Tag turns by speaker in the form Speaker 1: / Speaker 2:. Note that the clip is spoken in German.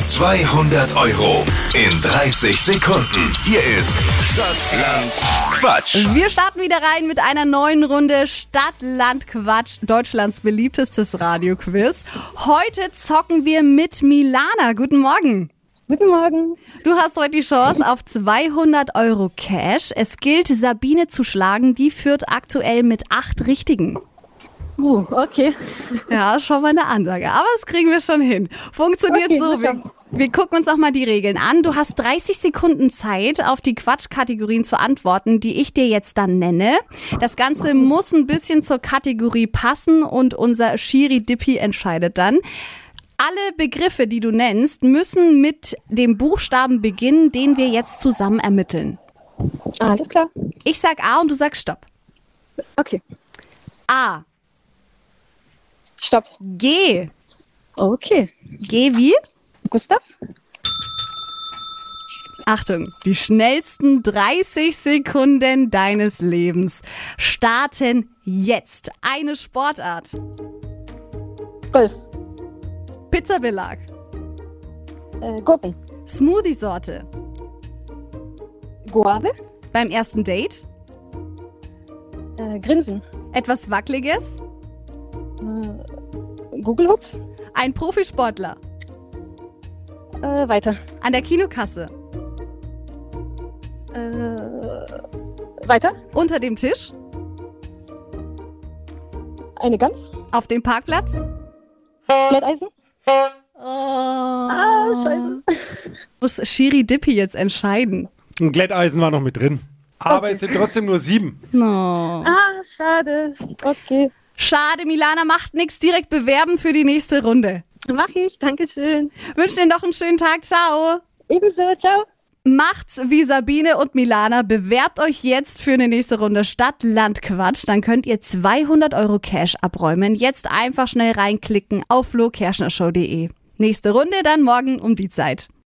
Speaker 1: 200 Euro in 30 Sekunden. Hier ist Stadtland Quatsch.
Speaker 2: Wir starten wieder rein mit einer neuen Runde Stadt, Land, Quatsch, Deutschlands beliebtestes Radioquiz. Heute zocken wir mit Milana. Guten Morgen.
Speaker 3: Guten Morgen.
Speaker 2: Du hast heute die Chance auf 200 Euro Cash. Es gilt, Sabine zu schlagen. Die führt aktuell mit acht Richtigen.
Speaker 3: Uh, okay.
Speaker 2: Ja, schon mal eine Ansage. Aber das kriegen wir schon hin. Funktioniert
Speaker 3: Okay,
Speaker 2: so.
Speaker 3: sicher.
Speaker 2: Wir, wir gucken uns auch mal die Regeln an. Du hast 30 Sekunden Zeit, auf die Quatschkategorien zu antworten, die ich dir jetzt dann nenne. Das Ganze muss ein bisschen zur Kategorie passen und unser Shiri Dippi entscheidet dann. Alle Begriffe, die du nennst, müssen mit dem Buchstaben beginnen, den wir jetzt zusammen ermitteln.
Speaker 3: Alles klar.
Speaker 2: Ich sag A und du sagst Stopp.
Speaker 3: Okay.
Speaker 2: A.
Speaker 3: Stopp.
Speaker 2: G.
Speaker 3: Okay.
Speaker 2: G wie?
Speaker 3: Gustav?
Speaker 2: Achtung, die schnellsten 30 Sekunden deines Lebens starten jetzt. Eine Sportart.
Speaker 3: Golf.
Speaker 2: Pizzabelag.
Speaker 3: Äh, Gurken.
Speaker 2: Smoothie-Sorte.
Speaker 3: Guave?
Speaker 2: Beim ersten Date.
Speaker 3: Äh, Grinsen.
Speaker 2: Etwas Wackeliges.
Speaker 3: Googlehupf?
Speaker 2: Ein Profisportler.
Speaker 3: Äh, weiter.
Speaker 2: An der Kinokasse.
Speaker 3: Äh, weiter.
Speaker 2: Unter dem Tisch.
Speaker 3: Eine Gans.
Speaker 2: Auf dem Parkplatz.
Speaker 3: Glätteisen.
Speaker 2: Oh.
Speaker 3: Ah, scheiße.
Speaker 2: Muss Shiri Dippi jetzt entscheiden.
Speaker 4: Ein Glätteisen war noch mit drin. Aber es sind trotzdem nur sieben.
Speaker 2: No.
Speaker 3: Ah, schade. Okay.
Speaker 2: Schade, Milana macht nichts. Direkt bewerben für die nächste Runde.
Speaker 3: Mach ich. Dankeschön.
Speaker 2: Wünsche dir noch einen schönen Tag. Ciao.
Speaker 3: Ebenso. Ciao.
Speaker 2: Macht's wie Sabine und Milana. Bewerbt euch jetzt für eine nächste Runde Stadt, Land, Quatsch. Dann könnt ihr 200 Euro Cash abräumen. Jetzt einfach schnell reinklicken auf flokerschnershow.de. Nächste Runde dann morgen um die Zeit.